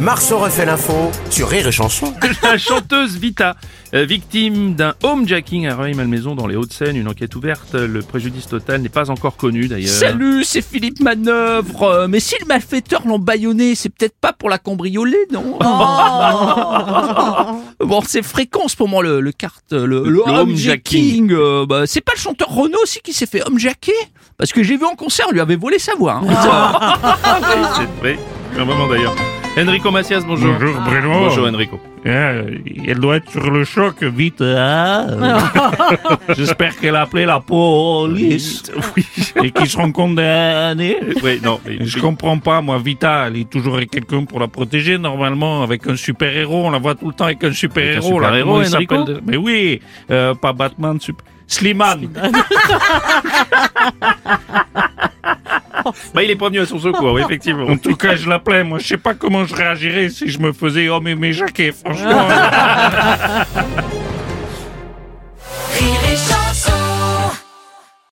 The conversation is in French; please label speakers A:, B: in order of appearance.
A: Marceau refait l'info sur Rire et Chanson.
B: La chanteuse Vita, euh, victime d'un homejacking à Rueil-Malmaison dans les Hauts-de-Seine, une enquête ouverte. Le préjudice total n'est pas encore connu d'ailleurs.
C: Salut, c'est Philippe Manœuvre. Euh, Mais si le malfaiteur l'ont bâillonné, c'est peut-être pas pour la cambrioler, non Bon, c'est fréquent en ce moment, le, le carte, le, le, homejacking. Euh, bah, c'est pas le chanteur Renaud aussi qui s'est fait homejacker Parce que j'ai vu en concert, on lui avait volé sa voix. hein.
B: Oui, c'est vrai. Un moment d'ailleurs. Enrico Macias, bonjour.
D: Bonjour Bruno.
B: Bonjour Enrico.
D: Euh, elle doit être sur le choc vite. hein. J'espère qu'elle a appelé la police
B: Oui.
D: et qu'ils seront condamnés.
B: Oui, non. mais-
D: Je comprends pas, moi, Vita, elle est toujours avec quelqu'un pour la protéger, normalement, avec un super-héros. On la voit tout le temps avec un
B: Avec un
D: super-héros. là.
B: super-héros,
D: Comment il
B: Enrico
D: s'appelle de- Mais oui, euh, pas Batman, sup- Slimane.
B: Bah, il est pas venu à son secours, oui, effectivement.
D: En tout cas, je l'appelais. Moi, je sais pas comment je réagirais si je me faisais homme et mes jaquets, franchement.